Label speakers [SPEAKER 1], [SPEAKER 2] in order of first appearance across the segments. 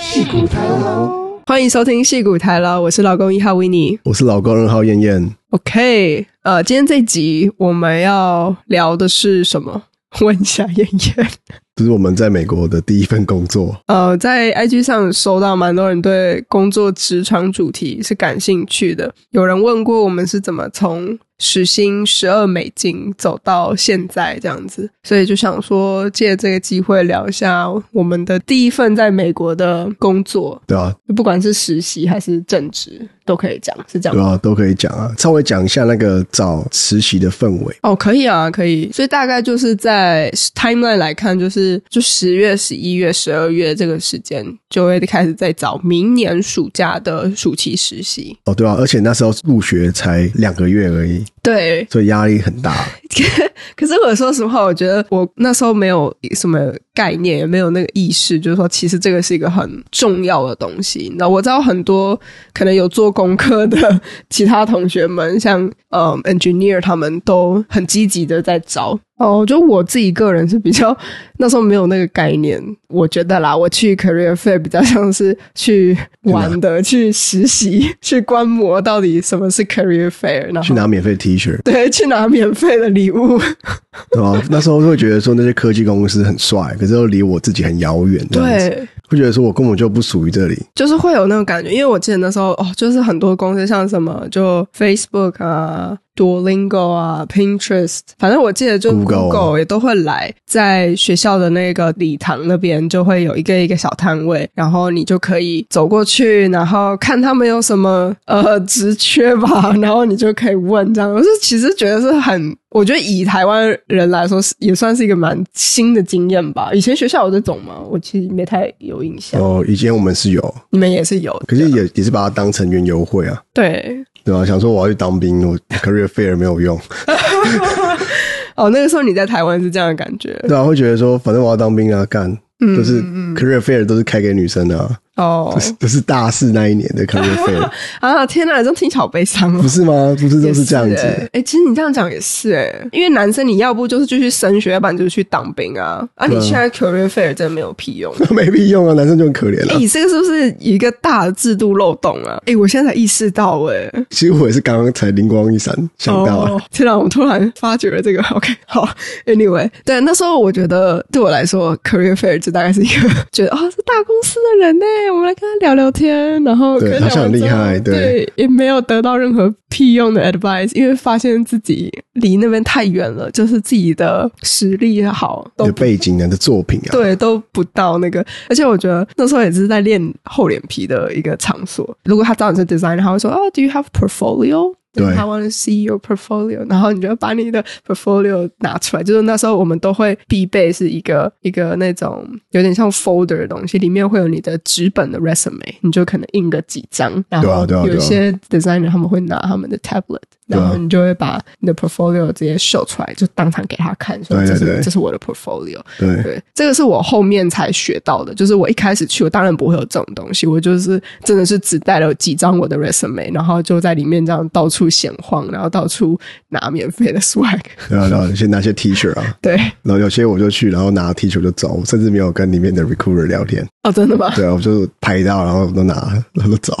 [SPEAKER 1] 戏骨台郎，
[SPEAKER 2] 欢迎收听戏骨台了，我是老公一号维尼。
[SPEAKER 1] 我是老高人号燕燕。
[SPEAKER 2] OK，呃，今天这集我们要聊的是什么？问一下燕燕。
[SPEAKER 1] 这是我们在美国的第一份工作，
[SPEAKER 2] 呃，在 IG 上收到蛮多人对工作职场主题是感兴趣的，有人问过我们是怎么从时薪十二美金走到现在这样子，所以就想说借这个机会聊一下我们的第一份在美国的工作，
[SPEAKER 1] 对啊，
[SPEAKER 2] 不管是实习还是正职都可以讲，是这样
[SPEAKER 1] 对
[SPEAKER 2] 吗？
[SPEAKER 1] 啊，都可以讲啊。稍微讲一下那个找实习的氛围，
[SPEAKER 2] 哦，可以啊，可以。所以大概就是在 timeline 来看，就是就十月、十一月、十二月这个时间，就会开始在找明年暑假的暑期实习。
[SPEAKER 1] 哦，对啊，而且那时候入学才两个月而已，
[SPEAKER 2] 对，
[SPEAKER 1] 所以压力很大。
[SPEAKER 2] 可是我说实话，我觉得我那时候没有什么概念，也没有那个意识，就是说，其实这个是一个很重要的东西。那我知道很多可能有做功课的其他同学们，像 呃 engineer 他们都呃很积极的在找。哦，就我自己个人是比较那时候没有那个概念，我觉得啦，我去 career fair 比较像是去玩的，去实习，去观摩到底什么是 career fair，然后
[SPEAKER 1] 去拿免费 T 恤，
[SPEAKER 2] 对去拿免费的礼物。
[SPEAKER 1] 对啊，那时候会觉得说那些科技公司很帅，可是又离我自己很遥远，这样子，
[SPEAKER 2] 对，
[SPEAKER 1] 会觉得说我根本就不属于这里。
[SPEAKER 2] 就是会有那种感觉，因为我记得那时候哦，就是很多公司像什么就 Facebook 啊、Duolingo 啊、Pinterest，反正我记得就
[SPEAKER 1] Google 啊
[SPEAKER 2] Google 也都会来，在学校的那个礼堂那边就会有一个一个小摊位，然后你就可以走过去，然后看他们有什么呃职缺吧，然后你就可以问这样。我是其实觉得是很。我觉得以台湾人来说，是也算是一个蛮新的经验吧。以前学校有这种吗？我其实没太有印象。
[SPEAKER 1] 哦，以前我们是有，
[SPEAKER 2] 你们也是有，
[SPEAKER 1] 可是也也是把它当成原优惠啊，
[SPEAKER 2] 对
[SPEAKER 1] 对吧、想说我要去当兵，我 career fair 没有用，
[SPEAKER 2] 哦，那个时候你在台湾是这样的感觉
[SPEAKER 1] 对啊，会觉得说反正我要当兵啊，干，都是 career fair 都是开给女生的、啊，
[SPEAKER 2] 嗯哦
[SPEAKER 1] 都是都是大四那一年的 career fair，
[SPEAKER 2] 啊！天哪，这听起来好悲伤哦
[SPEAKER 1] 不。是吗？不是都
[SPEAKER 2] 也
[SPEAKER 1] 是这样子？
[SPEAKER 2] 哎、诶其实你这样讲也是哎、因为男生你要不就是继续升学，要不然就是去当兵啊。啊，你现在 career fair 真的没有屁用。
[SPEAKER 1] 没屁用啊，男生就很可怜
[SPEAKER 2] 哎、
[SPEAKER 1] 了、啊。
[SPEAKER 2] 你这个是不是一个大的制度漏洞啊？哎、我现在才意识到哎、
[SPEAKER 1] 其实我也是刚刚才灵光一闪想到、啊，
[SPEAKER 2] 哦天哪，我突然发觉了这个。OK，好，Anyway，对，那时候我觉得对我来说，Career Fair 这大概是一个觉得啊、哦，是大公司的人呢，我们来跟他聊聊天，然后
[SPEAKER 1] 对
[SPEAKER 2] 跟聊
[SPEAKER 1] 好像很
[SPEAKER 2] 完之
[SPEAKER 1] 厉
[SPEAKER 2] 后
[SPEAKER 1] 害对
[SPEAKER 2] 对，也没有得到任何屁用的 advice，因为发现自己离那边太远了，就是自己的实力好
[SPEAKER 1] 你
[SPEAKER 2] 都
[SPEAKER 1] 的背景、你的作品啊，
[SPEAKER 2] 对，都不到那个。而且我觉得那时候也是在练厚脸皮的一个场所。如果他知道你是 designer，他会说：“哦、d o you have portfolio？”
[SPEAKER 1] 对
[SPEAKER 2] I want to see your portfolio。然后你就把你的 portfolio 拿出来，就是那时候我们都会必备是一个一个那种有点像 folder 的东西，里面会有你的纸本的 resume，你就可能印个几张。然
[SPEAKER 1] 对啊
[SPEAKER 2] 后
[SPEAKER 1] 对啊对啊
[SPEAKER 2] 有一些 designer 他们会拿他们的 tablet，
[SPEAKER 1] 对啊
[SPEAKER 2] 然后你就会把你的 portfolio 直接秀出来，就当场给他看，说
[SPEAKER 1] 对
[SPEAKER 2] 这
[SPEAKER 1] 对
[SPEAKER 2] 是
[SPEAKER 1] 对
[SPEAKER 2] 这是我的 portfolio。
[SPEAKER 1] 对
[SPEAKER 2] 对，这个是我后面才学到的。就是我一开始去，我当然不会有这种东西，我就是真的是只带了几张我的 resume，然后就在里面这样到处闲晃，然后到处拿免费的 swag。
[SPEAKER 1] 对啊，然后先拿些 T 恤啊，
[SPEAKER 2] 对，
[SPEAKER 1] 然后有些我就去，然后拿 T 恤就走，我甚至没有跟里面的 recruiter 聊天，
[SPEAKER 2] 哦，真的吗？
[SPEAKER 1] 对啊，我就拍到，然后我都拿，然后都走。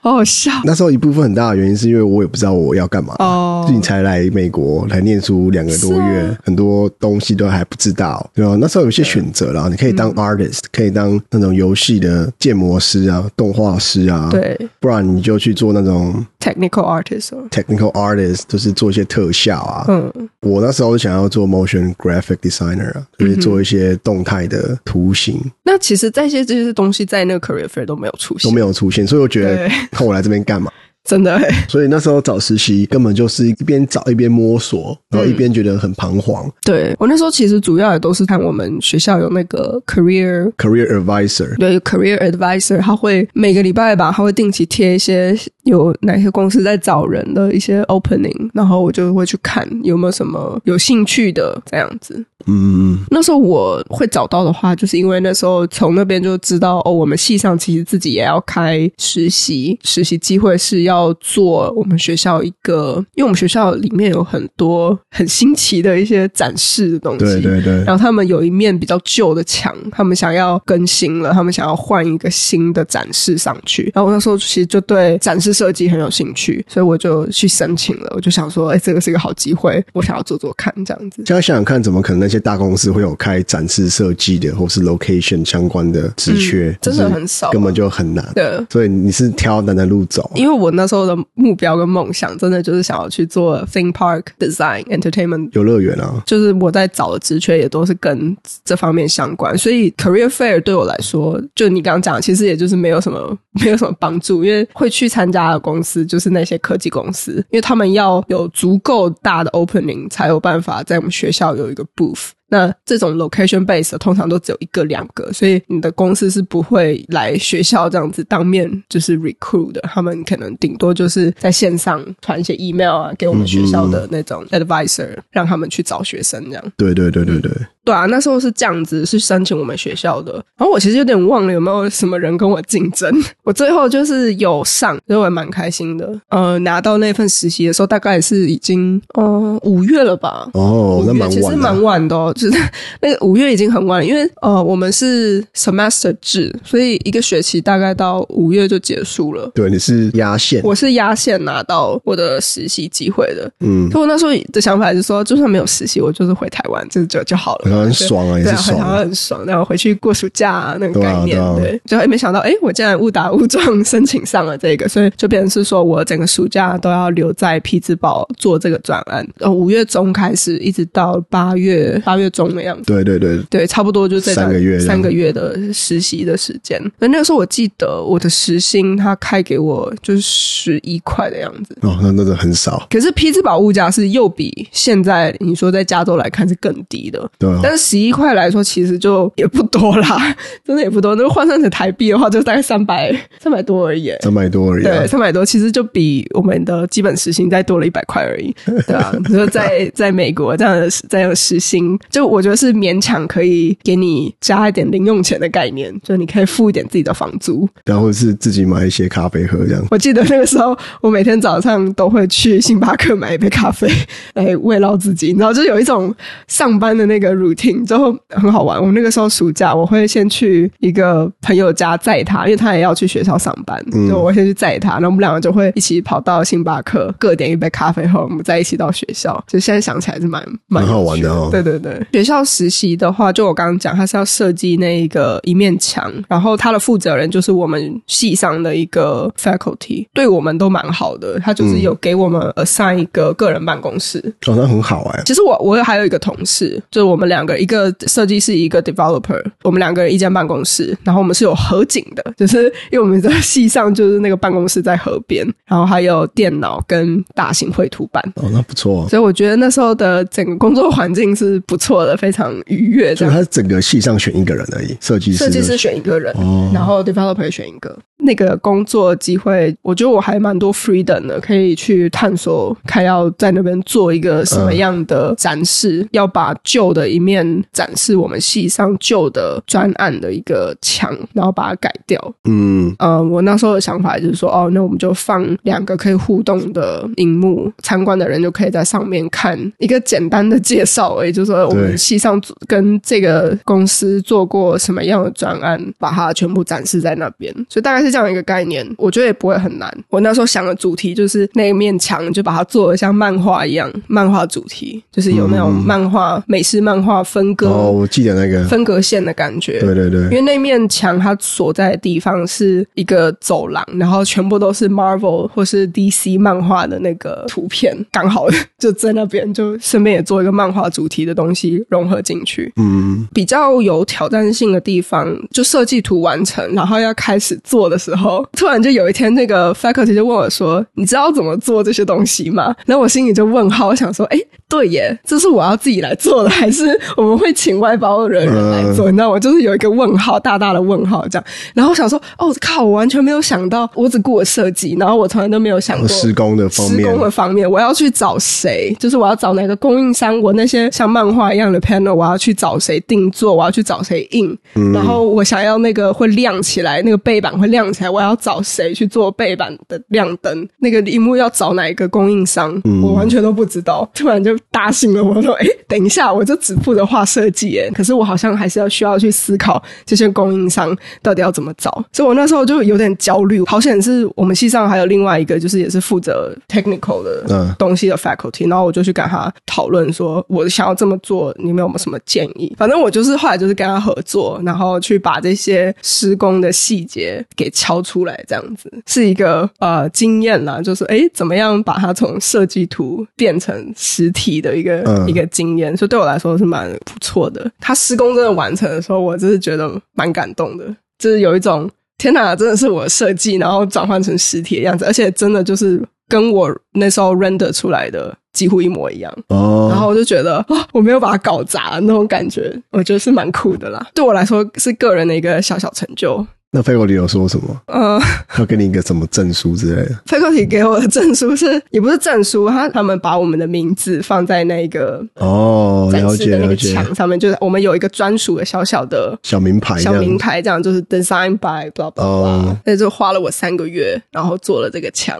[SPEAKER 2] 好好笑
[SPEAKER 1] 那时候一部分很大的原因是因为我也不知道我要干嘛，
[SPEAKER 2] 哦
[SPEAKER 1] 自。己才来美国来念书两个多月，
[SPEAKER 2] 是啊
[SPEAKER 1] 很多东西都还不知道。对啊，那时候有一些选择啦，你可以
[SPEAKER 2] 嗯
[SPEAKER 1] 当 artist，、可以当那种游戏的建模师啊、动画师啊，，
[SPEAKER 2] 对
[SPEAKER 1] 不然你就去做那种
[SPEAKER 2] ，technical artist 哦。
[SPEAKER 1] technical artist，就是做一些特效啊。
[SPEAKER 2] 嗯，
[SPEAKER 1] 我那时候想要做 motion graphic designer 啊，就是做一些动态的图形、
[SPEAKER 2] 那其实这些这些东西在那个 career fair 都没有出现，
[SPEAKER 1] 都没有出现，所以我觉得
[SPEAKER 2] 对，
[SPEAKER 1] 看我来这边干嘛？
[SPEAKER 2] 真的欸。
[SPEAKER 1] 所以那时候找实习根本就是一边找一边摸索，然后
[SPEAKER 2] 嗯
[SPEAKER 1] 一边觉得很彷徨。
[SPEAKER 2] 对我那时候其实主要也都是看我们学校有那个 career
[SPEAKER 1] Career advisor，
[SPEAKER 2] 对 career advisor，他会每个礼拜吧，他会定期贴一些有哪些公司在找人的一些 opening，然后我就会去看有没有什么有兴趣的这样子。
[SPEAKER 1] 嗯，
[SPEAKER 2] 那时候我会找到的话，就是因为那时候从那边就知道哦，我们系上其实自己也要开实习，实习机会是要做我们学校一个，因为我们学校里面有很多很新奇的一些展示的东西，
[SPEAKER 1] 对对对，
[SPEAKER 2] 然后他们有一面比较旧的墙，他们想要更新了，他们想要换一个新的展示上去。然后我那时候其实就对展示设计很有兴趣，所以我就去申请了。我就想说，哎，这个是一个好机会，我想要做做看，这样子。
[SPEAKER 1] 这样想想看，怎么可能那些大公司会有开展示设计的，或是 location 相关的职缺？
[SPEAKER 2] 真的很少啊
[SPEAKER 1] 根本就很难。
[SPEAKER 2] 对，
[SPEAKER 1] 所以你是挑难的路走。啊
[SPEAKER 2] 因为我那时候的目标跟梦想，真的就是想要去做 theme park design entertainment。
[SPEAKER 1] 游乐园啊，
[SPEAKER 2] 就是我在找的职缺也都是跟这方面相关，所以 career fair 对我来说，就你刚刚讲，其实也就是没有什么 没有什么帮助，因为会去参加的公司就是那些科技公司，因为他们要有足够大的 opening 才有办法在我们学校有一个 booth。那这种 location base 的通常都只有一个两个，所以你的公司是不会来学校这样子当面就是 recruit 的，他们可能顶多就是在线上传一些 email 啊，给我们学校的那种 advisor，让他们去找学生这样。
[SPEAKER 1] 对对对对对，
[SPEAKER 2] 对啊，那时候是这样子，是申请我们学校的。然后我其实有点忘了有没有什么人跟我竞争， 我最后就是有上，所以我也蛮开心的。呃，拿到那份实习的时候，大概是已经呃五月了吧，
[SPEAKER 1] 哦
[SPEAKER 2] 五，
[SPEAKER 1] 那
[SPEAKER 2] 月
[SPEAKER 1] 蛮
[SPEAKER 2] 其实
[SPEAKER 1] 晚啊
[SPEAKER 2] 蛮
[SPEAKER 1] 的。
[SPEAKER 2] 晚的哦，就是 那个五月已经很晚了，因为呃，我们是 semester 制，所以一个学期大概到五月就结束了。
[SPEAKER 1] 对，你是压线，
[SPEAKER 2] 我是压线拿到我的实习机会的，
[SPEAKER 1] 嗯，
[SPEAKER 2] 所以我那时候的想法是说，就算没有实习，我就是回台湾，这就就好了
[SPEAKER 1] 好像
[SPEAKER 2] 嘛，
[SPEAKER 1] 很
[SPEAKER 2] 对
[SPEAKER 1] 爽啊，也
[SPEAKER 2] 对
[SPEAKER 1] 是
[SPEAKER 2] 啊，回
[SPEAKER 1] 爽
[SPEAKER 2] 台
[SPEAKER 1] 啊
[SPEAKER 2] 湾。很爽，然后回去过暑假、啊、那个
[SPEAKER 1] 对啊
[SPEAKER 2] 概念，
[SPEAKER 1] 对啊
[SPEAKER 2] 对，就没想到，哎，我竟然误打误撞申请上了这个，所以就变成是说我整个暑假都要留在匹兹堡做这个专案，呃，五月中开始一直到八月八月中的样子。
[SPEAKER 1] 对对对，
[SPEAKER 2] 对，差不多就这段
[SPEAKER 1] 三个月这样
[SPEAKER 2] 三个月的实习的时间。那那个时候我记得我的时薪他开给我就是十一块的样子，
[SPEAKER 1] 哦，那真的很少，
[SPEAKER 2] 可是匹兹堡物价是又比现在你说在加州来看是更低的，
[SPEAKER 1] 对啊，
[SPEAKER 2] 但是十一块来说，其实就也不多啦， 真的也不多。那换算成台币的话，就大概三百三百多而已。
[SPEAKER 1] 三百多而已啊。
[SPEAKER 2] 对，三百多其实就比我们的基本时薪再多了一百块而已，对啊，就在在美国这样的这样的时薪，就我觉得是勉强可以给你加一点零用钱的概念，就你可以付一点自己的房租。
[SPEAKER 1] 然后啊是自己买一些咖啡喝这样。
[SPEAKER 2] 我记得那个时候，我每天早上都会去星巴克买一杯咖啡来慰劳自己，然后就有一种上班的那个 routine，之后很好玩。我们那个时候暑假，我会先去一个朋友家载他，因为他也要去学校上班，
[SPEAKER 1] 嗯
[SPEAKER 2] 就我会先去载他，然后我们两个就会一起跑到星巴克各点一杯咖啡后，我们再一起到学校。就现在想起来是蛮蛮
[SPEAKER 1] 蛮好
[SPEAKER 2] 有
[SPEAKER 1] 玩
[SPEAKER 2] 趣
[SPEAKER 1] 的哦
[SPEAKER 2] 对对对，学校实习的话，就我刚刚讲，它是要设计那一个一面墙，然后它的负责人就是我们系上的一个 faculty，对我们都蛮好的。他就是有给我们 assign 一个个人办公室。
[SPEAKER 1] 哦，那很好哎、
[SPEAKER 2] 其实我我还有一个同事，就是我们两个，一个设计师，一个 developer，我们两个人一间办公室，然后我们是有合景的，就是因为我们的系上就是那个办公室在河边，然后还有电脑跟大型绘图板。
[SPEAKER 1] 哦，那不错、哦。
[SPEAKER 2] 所以我觉得那时候的整个工作环境是不错的，非常愉悦。这
[SPEAKER 1] 所以
[SPEAKER 2] 样，
[SPEAKER 1] 他整个系上选一个人而已，设计师
[SPEAKER 2] 设
[SPEAKER 1] 的
[SPEAKER 2] 计师选一个人，
[SPEAKER 1] 哦
[SPEAKER 2] 然后 developer 也选一个。那个工作机会，我觉得我还蛮多 freedom 的，可以去探索，看要在那边做一个什么样的展示，要把旧的一面展示我们系上旧的专案的一个墙，然后把它改掉。
[SPEAKER 1] 嗯，
[SPEAKER 2] 呃，我那时候的想法就是说，哦，那我们就放两个可以互动的荧幕，参观的人就可以在上面看一个简单的介绍，而已，就是说我
[SPEAKER 1] 对
[SPEAKER 2] 们系上做跟这个公司做过什么样的专案，把它全部展示在那边，所以大概是这样一个概念，我觉得也不会很难。我那时候想的主题就是那一面墙就把它做的像漫画一样，漫画主题就是有那种漫画、美式漫画分割、
[SPEAKER 1] 哦，我记得那个，
[SPEAKER 2] 分隔线的感觉，
[SPEAKER 1] 对对
[SPEAKER 2] 因
[SPEAKER 1] 对，
[SPEAKER 2] 为那面墙它所在的地方是一个走廊，然后全部都是 Marvel 或是 DC 漫画的那个图片，刚好 就在那边，就顺便也做一个漫画主题的东西融合进去。
[SPEAKER 1] 嗯，
[SPEAKER 2] 比较有挑战性的地方，就设计图完成，然后要开始做的时候，突然就有一天，那个 faculty 就问我说：“你知道怎么做这些东西吗？”然后我心里就问号，我想说：“哎，对耶，这是我要自己来做的，还是我们会请外包的人来做？”你知道，我就是有一个问号，大大的问号这样。然后我想说：“哦，靠，我完全没有想到，我只顾我设计，然后我从来都没有想过
[SPEAKER 1] 施工的方
[SPEAKER 2] 施
[SPEAKER 1] 面，
[SPEAKER 2] 工的方面，我要去找谁？就是我要找哪个供应商？我那些像漫画一样的 panel，我要去找
[SPEAKER 1] 嗯
[SPEAKER 2] 谁定做？我要去找谁印？然后我想要那个会亮起来，那个背板会亮想起来我要找谁去做背板的亮灯，那个荧幕要找哪一个供应商，我完全都不知道。突然就打醒了我，说：“哎，等一下，我就只负责画设计耶，可是我好像还是要需要去思考这些供应商到底要怎么找。”所以我那时候就有点焦虑。好险是我们系上还有另外一个，就是也是负责 technical
[SPEAKER 1] 嗯
[SPEAKER 2] 的东西的 faculty，、然后我就去跟他讨论说，我想要这么做，你们有没有什么建议？反正我就是后来就是跟他合作，然后去把这些施工的细节给敲出来，这样子是一个呃经验啦，就是诶怎么样把它从设计图变成实体的一个、
[SPEAKER 1] 嗯
[SPEAKER 2] 一个经验，所以对我来说是蛮不错的。他施工真的完成的时候，我真是觉得蛮感动的，就是有一种天哪，真的是我设计，然后转换成实体的样子，而且真的就是跟我那时候 render 出来的几乎一模一样。然
[SPEAKER 1] 哦，
[SPEAKER 2] 后我就觉得啊、我没有把它搞砸那种感觉，我觉得是蛮酷的啦。对我来说是个人的一个小小成就。
[SPEAKER 1] 那费国里有说什么？
[SPEAKER 2] 呃
[SPEAKER 1] 要给你一个什么证书之类的？
[SPEAKER 2] ，faculty 给我的证书是也不是证书，他他们把我们的名字放在那个
[SPEAKER 1] 哦，
[SPEAKER 2] 展
[SPEAKER 1] 了
[SPEAKER 2] 示
[SPEAKER 1] 解
[SPEAKER 2] 的那
[SPEAKER 1] 了
[SPEAKER 2] 个
[SPEAKER 1] 解，
[SPEAKER 2] 墙上面，就是我们有一个专属的小小的
[SPEAKER 1] 小名牌这
[SPEAKER 2] 小
[SPEAKER 1] 样
[SPEAKER 2] 名牌，这样就是 design by blah blah blah，
[SPEAKER 1] 哦
[SPEAKER 2] 那、就花了我三个月，然后做了这个墙，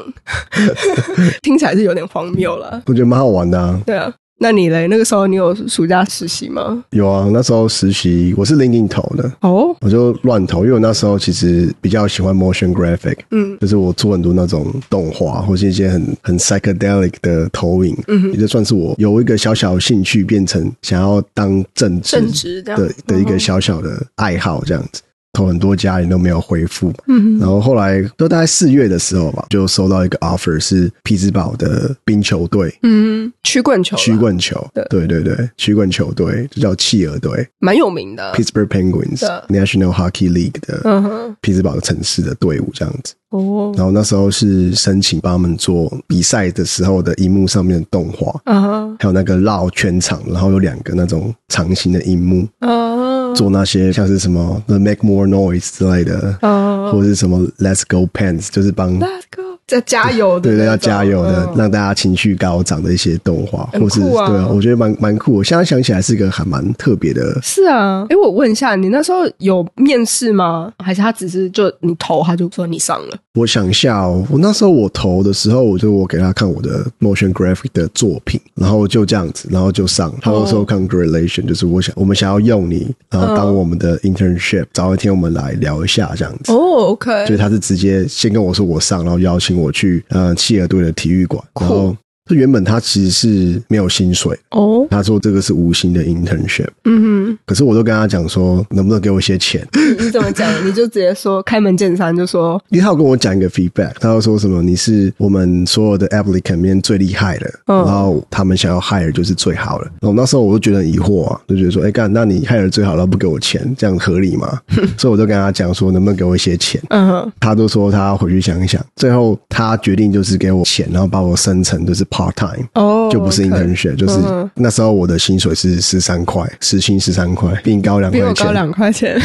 [SPEAKER 2] 听起来是有点荒谬了。
[SPEAKER 1] 我觉得蛮好玩的、啊。
[SPEAKER 2] 对啊，那你嘞？那个时候你有暑假实习吗？
[SPEAKER 1] 有啊，那时候实习我是零零投的，
[SPEAKER 2] 哦，
[SPEAKER 1] 我就乱投，因为我那时候其实比较喜欢 motion graphic，
[SPEAKER 2] 嗯，
[SPEAKER 1] 就是我做很多那种动画或是一些很很 psychedelic 的投影，嗯，也就算是我有一个小小的兴趣，变成想要当正职
[SPEAKER 2] 正职这样嗯
[SPEAKER 1] 的的一个小小的爱好这样子。投很多家人都没有回复，
[SPEAKER 2] 嗯，
[SPEAKER 1] 然后后来都大概四月的时候吧，就收到一个 offer 是匹兹堡的冰球队
[SPEAKER 2] 嗯，曲棍球啦
[SPEAKER 1] 曲棍球，对对对，曲棍球队就叫企鹅队
[SPEAKER 2] 蛮有名的。
[SPEAKER 1] （Pittsburgh Penguins
[SPEAKER 2] 的
[SPEAKER 1] National Hockey League） 的
[SPEAKER 2] 嗯哼，
[SPEAKER 1] 匹兹堡的城市的队伍这样子。
[SPEAKER 2] 哦，
[SPEAKER 1] 然后那时候是申请帮他们做比赛的时候的荧幕上面的动画，
[SPEAKER 2] 嗯哼，
[SPEAKER 1] 还有那个绕全场，然后有两个那种长形的荧幕，
[SPEAKER 2] 嗯
[SPEAKER 1] 做那些像是什么 The Make More Noise 之类的，
[SPEAKER 2] 嗯
[SPEAKER 1] 或者是什么 Let's Go Pants，就是帮
[SPEAKER 2] ，Let's go，在加油的
[SPEAKER 1] 对
[SPEAKER 2] 那种，
[SPEAKER 1] 对要加油的，
[SPEAKER 2] 嗯
[SPEAKER 1] 让大家情绪高涨的一些动画，
[SPEAKER 2] 很
[SPEAKER 1] 或是
[SPEAKER 2] 酷啊
[SPEAKER 1] 对啊，我觉得蛮蛮酷。我现在想起来是一个还蛮特别的。
[SPEAKER 2] 是啊，哎，我问一下，你那时候有面试吗？还是他只是就你投，他就说你上了？
[SPEAKER 1] 我想一下哦，我那时候我投的时候，我就我给他看我的 motion graphic 的作品，然后就这样子，然后就上。他就
[SPEAKER 2] 哦
[SPEAKER 1] 说 congratulation，、就是我想我们想要用你，然后
[SPEAKER 2] 嗯
[SPEAKER 1] 当我们的 internship，、早一天我们来聊一下这样子。
[SPEAKER 2] 哦
[SPEAKER 1] 所以
[SPEAKER 2] ，OK，
[SPEAKER 1] 他是直接先跟我说我上，然后邀请我去呃企鹅队的体育馆，然后这原本他其实是没有薪水，
[SPEAKER 2] 哦，
[SPEAKER 1] 他说这个是无薪的 internship，
[SPEAKER 2] 嗯
[SPEAKER 1] 可是我都跟他讲说能不能给我一些钱，
[SPEAKER 2] 哼，你怎么讲？你就直接说开门见山，就说
[SPEAKER 1] 因为他有跟我讲一个 feedback，他又说什么你是我们所有的 applicant 里面最厉害的，
[SPEAKER 2] 嗯
[SPEAKER 1] 然后他们想要 hire 就是最好的。然后那时候我就觉得很疑惑啊，就觉得说，哎、干，那你 hire 最好，然后不给我钱，这样合理吗？ 所以我就跟他讲说，能不能给我一些钱？
[SPEAKER 2] 嗯哼，
[SPEAKER 1] 他都说他要回去想一想。最后他决定就是给我钱，然后把我升成就是 part time。
[SPEAKER 2] 哦，
[SPEAKER 1] 就不是 internship，、就是
[SPEAKER 2] 嗯
[SPEAKER 1] 那时候我的薪水是十三块，时薪十三块，比你高两
[SPEAKER 2] 比我
[SPEAKER 1] 块
[SPEAKER 2] 高
[SPEAKER 1] 钱。
[SPEAKER 2] 两块钱，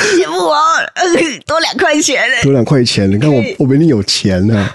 [SPEAKER 3] 羡慕我，嗯多两块钱嘞。
[SPEAKER 1] 多两块钱，你看我
[SPEAKER 2] 可以
[SPEAKER 1] 我比你有钱 啊！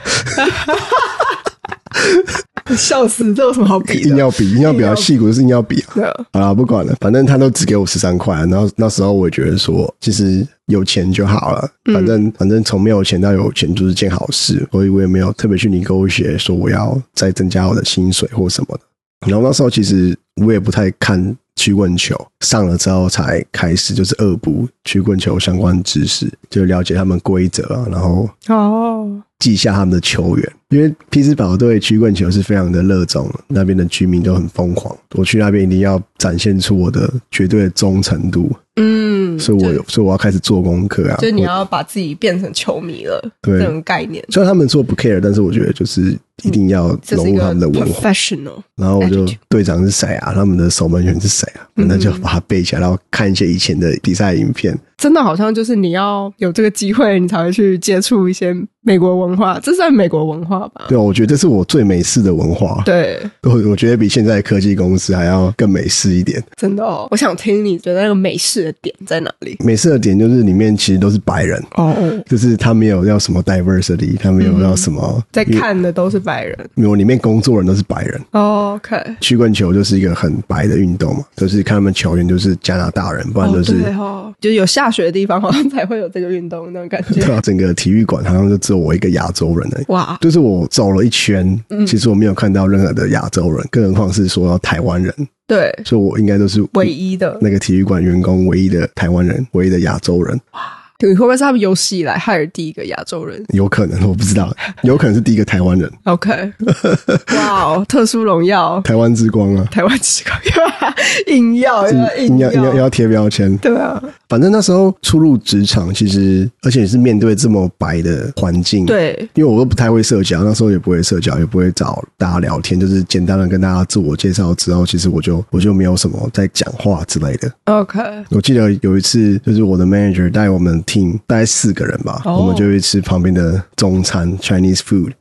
[SPEAKER 2] 笑死，这有什么好比
[SPEAKER 1] 硬
[SPEAKER 2] 的？
[SPEAKER 1] 要比，硬要比较啊细骨，就是硬要比啊！
[SPEAKER 2] 对啊，
[SPEAKER 1] 好啦，不管了，反正他都只给我十三块啊。然后那时候我也觉得说，其实有钱就好了，反正、反正从没有钱到有钱就是件好事，所以我也没有特别去你沟学说我要再增加我的薪水或什么的。然后那时候其实我也不太看曲棍球，上了之后才开始就是恶补曲棍球相关知识，就了解他们规则啊，然后
[SPEAKER 2] 哦，
[SPEAKER 1] 记一下他们的球员，因为匹兹堡对曲棍球是非常的热衷，那边的居民都很疯狂。我去那边一定要展现出我的绝对的忠诚度，
[SPEAKER 2] 嗯，
[SPEAKER 1] 所以我
[SPEAKER 2] 就
[SPEAKER 1] 有，所以我要开始做功课啊。
[SPEAKER 2] 就是你
[SPEAKER 1] 我
[SPEAKER 2] 要把自己变成球迷了，
[SPEAKER 1] 对
[SPEAKER 2] 这种概念，
[SPEAKER 1] 虽然他们说不 care，但是我觉得就是一定要
[SPEAKER 2] 嗯这
[SPEAKER 1] 融
[SPEAKER 2] 是一
[SPEAKER 1] 入
[SPEAKER 2] 个
[SPEAKER 1] 他们的文化。
[SPEAKER 2] professional。
[SPEAKER 1] 然后我就
[SPEAKER 2] attitude
[SPEAKER 1] 队长是谁啊？他们的守门员是谁啊？
[SPEAKER 2] 嗯
[SPEAKER 1] 那就把它背起来，然后看一些以前的比赛影片。
[SPEAKER 2] 真的好像就是你要有这个机会，你才会去接触一些美国文化，这算美国文化吧？
[SPEAKER 1] 对，我觉得这是我最美式的文化。
[SPEAKER 2] 对，
[SPEAKER 1] 我我觉得比现在的科技公司还要更美式一点。
[SPEAKER 2] 真的哦。我想听你觉得那个美式的点在哪里？
[SPEAKER 1] 美式的点就是里面其实都是白人，
[SPEAKER 2] 哦，
[SPEAKER 1] 就是他没有要什么 diversity，他没有要什么
[SPEAKER 2] 嗯在
[SPEAKER 1] 因为
[SPEAKER 2] 看的都是白人。
[SPEAKER 1] 因为我里面工作人都是白人。
[SPEAKER 2] 哦 OK，
[SPEAKER 1] 曲棍球就是一个很白的运动嘛，就是看他们球员就是加拿大人，不然
[SPEAKER 2] 哦
[SPEAKER 1] 就是、
[SPEAKER 2] 对哦，就有下雪的地方好像才会有这个运动那种感 觉
[SPEAKER 1] 对。啊，整个体育馆好像就只有我一个亚洲人而已。
[SPEAKER 2] 哇，
[SPEAKER 1] 就是我走了一圈，
[SPEAKER 2] 嗯
[SPEAKER 1] 其实我没有看到任何的亚洲人，更何况是说到台湾人，
[SPEAKER 2] 对，
[SPEAKER 1] 所以我应该都是
[SPEAKER 2] 唯一的，
[SPEAKER 1] 那个体育馆员工唯一的台湾人，唯一的亚洲人，
[SPEAKER 2] 你会不会是他们有史以来害尔第一个亚洲人
[SPEAKER 1] 有可能我不知道，有可能是第一个台湾人，
[SPEAKER 2] ？OK，哇哦，特殊荣耀，
[SPEAKER 1] 台湾之光啊，
[SPEAKER 2] 台湾之光，硬要要硬
[SPEAKER 1] 嗯要要嗯要贴标签。
[SPEAKER 2] 对啊，
[SPEAKER 1] 反正那时候初入职场，其实而且是面对这么白的环境，，
[SPEAKER 2] 对，
[SPEAKER 1] 因为我又不太会社交，那时候也不会社交，也不会找大家聊天，就是简单的跟大家自我介绍之后，其实我就我就没有什么在讲话之类的。
[SPEAKER 2] OK，
[SPEAKER 1] 我记得有一次，就是我的 manager 带我们 team 大概四个人吧
[SPEAKER 2] 哦
[SPEAKER 1] 我们就去吃旁边的中餐 Chinese food。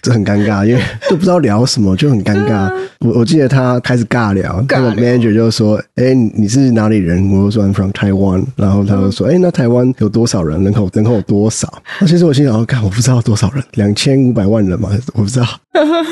[SPEAKER 1] 这很尴尬，因为都不知道聊什么，就很尴尬。我我记得他开始尬聊，
[SPEAKER 2] 啊尬
[SPEAKER 1] 那
[SPEAKER 2] 聊
[SPEAKER 1] 个 manager 就说：“哎、你你是哪里人？”我就说：“I'm from Taiwan。”然后他就说：“哎、那台湾有多少人？人口人口有多少？”那其实我心想：“看，我不知道多少人，两千五百万人嘛，我不知道。”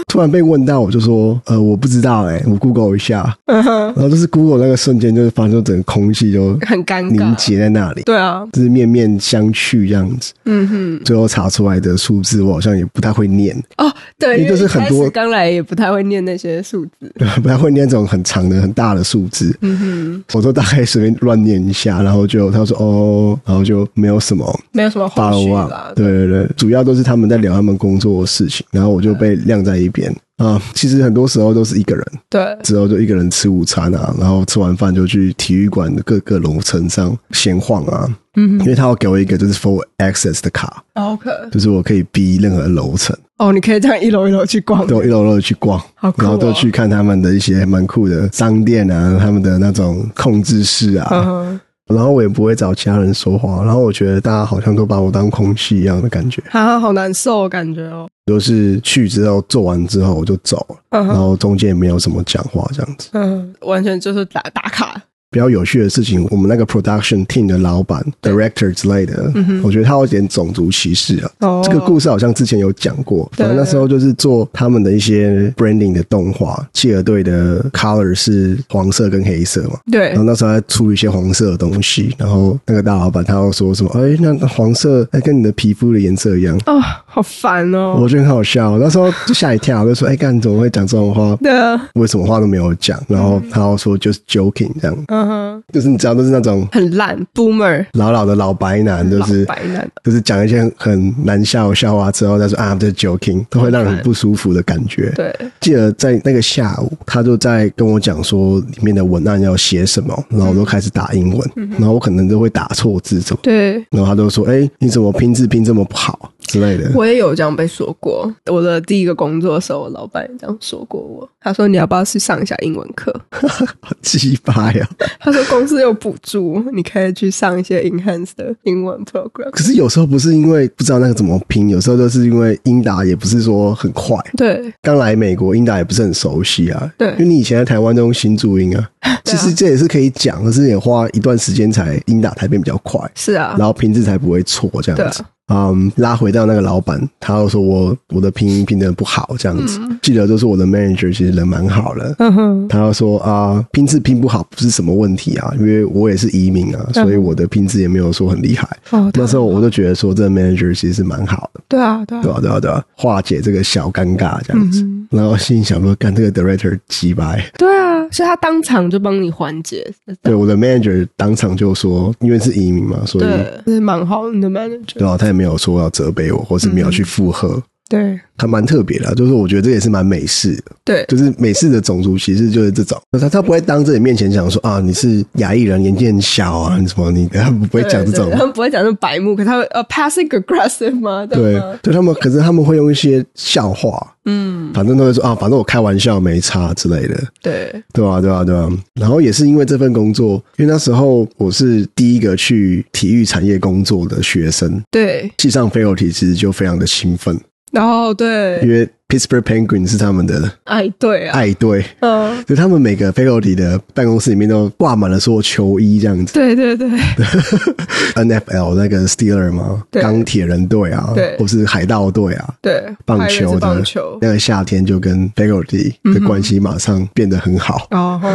[SPEAKER 1] 突然被问到，我就说：“呃，我不知道、哎，我 Google 一下。”然后就是 Google 那个瞬间，就是发现整个空气就
[SPEAKER 2] 很尴
[SPEAKER 1] 凝
[SPEAKER 2] 尬，
[SPEAKER 1] 结在那里，
[SPEAKER 2] 对啊，
[SPEAKER 1] 就是面面相觑这样子。
[SPEAKER 2] 嗯哼，
[SPEAKER 1] 最后查出来的数字，我好像也不太会念，
[SPEAKER 2] 哦，对，
[SPEAKER 1] 因为
[SPEAKER 2] 因为
[SPEAKER 1] 就是很多
[SPEAKER 2] 一开始刚来也不太会念那些数字，
[SPEAKER 1] 不太会念这种很长的、很大的数字。
[SPEAKER 2] 嗯
[SPEAKER 1] 我都大概随便乱念一下，然后就他说哦，然后就没有什么
[SPEAKER 2] 哼，没有什么后续
[SPEAKER 1] follow
[SPEAKER 2] 啦
[SPEAKER 1] up。，对对对，主要都是他们在聊他们工作的事情，然后我就被晾在一边。啊，其实很多时候都是一个人，
[SPEAKER 2] 对，
[SPEAKER 1] 之后就一个人吃午餐啊，然后吃完饭就去体育馆的各个楼层上闲晃啊，
[SPEAKER 2] 嗯
[SPEAKER 1] 因为他要给我一个就是 full access 的卡，
[SPEAKER 2] 哦，OK，
[SPEAKER 1] 就是我可以逼任何楼层，
[SPEAKER 2] 哦，你可以这样一楼一楼去逛，
[SPEAKER 1] 都一楼一楼去逛，
[SPEAKER 2] 好酷哦
[SPEAKER 1] 然后都去看他们的一些蛮酷的商店啊，他们的那种控制室啊，
[SPEAKER 2] 嗯哼，
[SPEAKER 1] 然后我也不会找其他人说话，然后我觉得大家好像都把我当空气一样的感觉，
[SPEAKER 2] 啊，好难受哦，感觉哦，
[SPEAKER 1] 就是去之后做完之后我就走了，
[SPEAKER 2] 嗯
[SPEAKER 1] 然
[SPEAKER 2] 哼，
[SPEAKER 1] 后中间也没有什么讲话这样子。
[SPEAKER 2] 嗯，完全就是打打卡，
[SPEAKER 1] 比较有趣的事情，我们那个 production team 的老板 director 之类的，我觉得他有点种族歧视啊。
[SPEAKER 2] 嗯哦，
[SPEAKER 1] 这个故事好像之前有讲过，
[SPEAKER 2] 对
[SPEAKER 1] 反正那时候就是做他们的一些 branding 的动画，企鹅队的 color 是黄色跟黑色嘛，
[SPEAKER 2] 对
[SPEAKER 1] 然后，那时候还出一些黄色的东西，然后那个大老板他又说什么，哎，那黄色哎跟你的皮肤的颜色一样，
[SPEAKER 2] 哦，好烦哦，
[SPEAKER 1] 我觉得很好笑，那时候就吓一跳，就说哎干你怎么会讲这种话？
[SPEAKER 2] 对啊，
[SPEAKER 1] 为什么话都没有讲？然后他又说就是 joking 这样，
[SPEAKER 2] 嗯哼，
[SPEAKER 1] 就是你知道都是那种
[SPEAKER 2] 很烂，boomer，
[SPEAKER 1] 老老的老白男，就
[SPEAKER 2] 老
[SPEAKER 1] 是
[SPEAKER 2] 白男，
[SPEAKER 1] 就是讲一些很难笑的笑话之后，再说啊，这是 joking，都会让人不舒服的感觉。
[SPEAKER 2] 对，
[SPEAKER 1] 记得在那个下午，他就在跟我讲说里面的文案要写什么，然后我都开始打英文，
[SPEAKER 2] 嗯
[SPEAKER 1] 然后我可能都会打错字什么，
[SPEAKER 2] 对，
[SPEAKER 1] 然后他就说：“哎、你怎么拼字拼这么不好之类的。”
[SPEAKER 2] 我也有这样被说过。我的第一个工作的时候，我老板也这样说过我。他说你要不要去上一下英文课？
[SPEAKER 1] 好鸡巴呀！
[SPEAKER 2] 他说公司有补助，你可以去上一些 enhance 的英文 program。
[SPEAKER 1] 可是有时候不是因为不知道那个怎么拼，有时候就是因为英打也不是说很快，
[SPEAKER 2] 对
[SPEAKER 1] 刚来美国，英达也不是很熟悉啊。
[SPEAKER 2] 对
[SPEAKER 1] 因为你以前在台湾都用新注音 啊，其实这也是可以讲，可是也花一段时间才英达才变比较快，
[SPEAKER 2] 是啊
[SPEAKER 1] 然，后拼字才不会错这样子
[SPEAKER 2] 对。啊
[SPEAKER 1] 嗯，拉回到那个老板，他又说我我的拼音拼的不好这样子。记得就是我的 manager 其实人蛮好的，
[SPEAKER 2] 嗯哼，
[SPEAKER 1] 他又说啊，拼字拼不好不是什么问题啊，因为我也是移民啊，
[SPEAKER 2] 嗯
[SPEAKER 1] 所以我的拼字也没有说很厉害。
[SPEAKER 2] 哦，
[SPEAKER 1] 那时候
[SPEAKER 2] 对啊
[SPEAKER 1] 我就觉得说，这个 manager 其实是蛮好的。
[SPEAKER 2] 对啊，对啊，
[SPEAKER 1] 对啊，对啊，对啊，化解这个小尴尬这样子。然后心里想说，干这个 director 鸡掰。
[SPEAKER 2] 对啊，所以他当场就帮你缓解，
[SPEAKER 1] 对，我的 manager 当场就说，因为是移民嘛，所以
[SPEAKER 2] 对，是蛮好你的 manager，
[SPEAKER 1] 对啊，他也没有说要责备我，或是没有去附和。
[SPEAKER 2] 对
[SPEAKER 1] 他蛮特别的啊、就是我觉得这也是蛮美式的，
[SPEAKER 2] 对
[SPEAKER 1] 就是美式的种族歧视就是这种，他他不会当着你面前讲说啊你是亚裔人，眼睛很小啊，你什么你他不会讲这种
[SPEAKER 2] 对对，他们不会讲这种白目，可他会呃 passive aggressive 吗？
[SPEAKER 1] 对
[SPEAKER 2] 吗，
[SPEAKER 1] 对他们可是他们会用一些笑话，嗯，反正都会说啊，反正我开玩笑没差之类的，
[SPEAKER 2] 对，
[SPEAKER 1] 对啊，对啊，对啊。然后也是因为这份工作，因为那时候我是第一个去体育产业工作的学生，
[SPEAKER 2] 对，嗯
[SPEAKER 1] 系上 faculty 其实就非常的兴奋，
[SPEAKER 2] 然后对
[SPEAKER 1] 因为 Pittsburgh Penguin 是他们的
[SPEAKER 2] 哎，对啊，
[SPEAKER 1] 爱队，
[SPEAKER 2] 嗯，
[SPEAKER 1] 就他们每个 faculty 的办公室里面都挂满了所有球衣这样子
[SPEAKER 2] 对对对，
[SPEAKER 1] ，NFL 那个 Steeler 嘛，
[SPEAKER 2] 对
[SPEAKER 1] 钢铁人队啊，
[SPEAKER 2] 对
[SPEAKER 1] 或是海盗队啊，
[SPEAKER 2] 对，
[SPEAKER 1] 棒球
[SPEAKER 2] Pirates
[SPEAKER 1] 的
[SPEAKER 2] 棒球。嗯
[SPEAKER 1] 那个夏天就跟 faculty 的关系马上变得很好。
[SPEAKER 2] 然后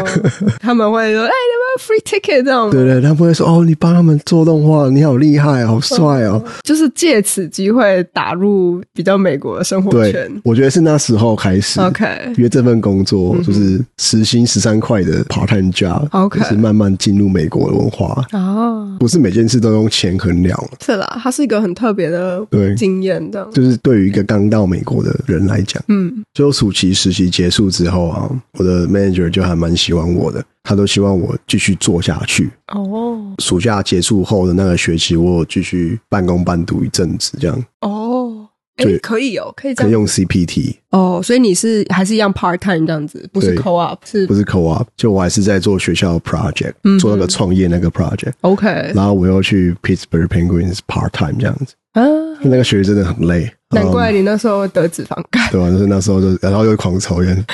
[SPEAKER 2] 他们会说：“哎，你们 free ticket 这种，
[SPEAKER 1] 对对，他们会说哦，你帮他们做动画，你好厉害，好帅哦。
[SPEAKER 2] 就是借此机会打入比较美国的生活
[SPEAKER 1] 对
[SPEAKER 2] 圈，。
[SPEAKER 1] 我觉得是那时候开始
[SPEAKER 2] OK，
[SPEAKER 1] 因为这份工作就是时薪十三块的 part time job，、
[SPEAKER 2] OK
[SPEAKER 1] 就是慢慢进入美国的文化，
[SPEAKER 2] 哦，
[SPEAKER 1] 不是每件事都用钱衡量。
[SPEAKER 2] 是啦，它是一个很特别的
[SPEAKER 1] 对
[SPEAKER 2] 经验的。
[SPEAKER 1] 就是对于一个刚到美国的人来讲，
[SPEAKER 2] 嗯，
[SPEAKER 1] 最后暑期实习结束之后啊，我的 manager 就还蛮喜欢我的，他都希望我继续做下去。
[SPEAKER 2] 哦，
[SPEAKER 1] 暑假结束后的那个学期，我有继续半工半读一阵子，这样
[SPEAKER 2] 哦，哎
[SPEAKER 1] 对，
[SPEAKER 2] 可以哦，可以这
[SPEAKER 1] 可以
[SPEAKER 2] 样
[SPEAKER 1] 用 CPT，
[SPEAKER 2] 哦。所以你是还是一样 part time 这样子，不是
[SPEAKER 1] 对
[SPEAKER 2] co op，是
[SPEAKER 1] 不是 co-op，就我还是在做学校的 project，、
[SPEAKER 2] 嗯哼
[SPEAKER 1] 做那个创业那个 project，
[SPEAKER 2] OK
[SPEAKER 1] 然后我又去 Pittsburgh Penguins part time 这样子。
[SPEAKER 2] 啊？
[SPEAKER 1] 那个学期真的很累，
[SPEAKER 2] 难怪
[SPEAKER 1] 嗯
[SPEAKER 2] 你那时候会得脂肪肝，
[SPEAKER 1] 对吧、就是那时候就，然后又狂抽 烟，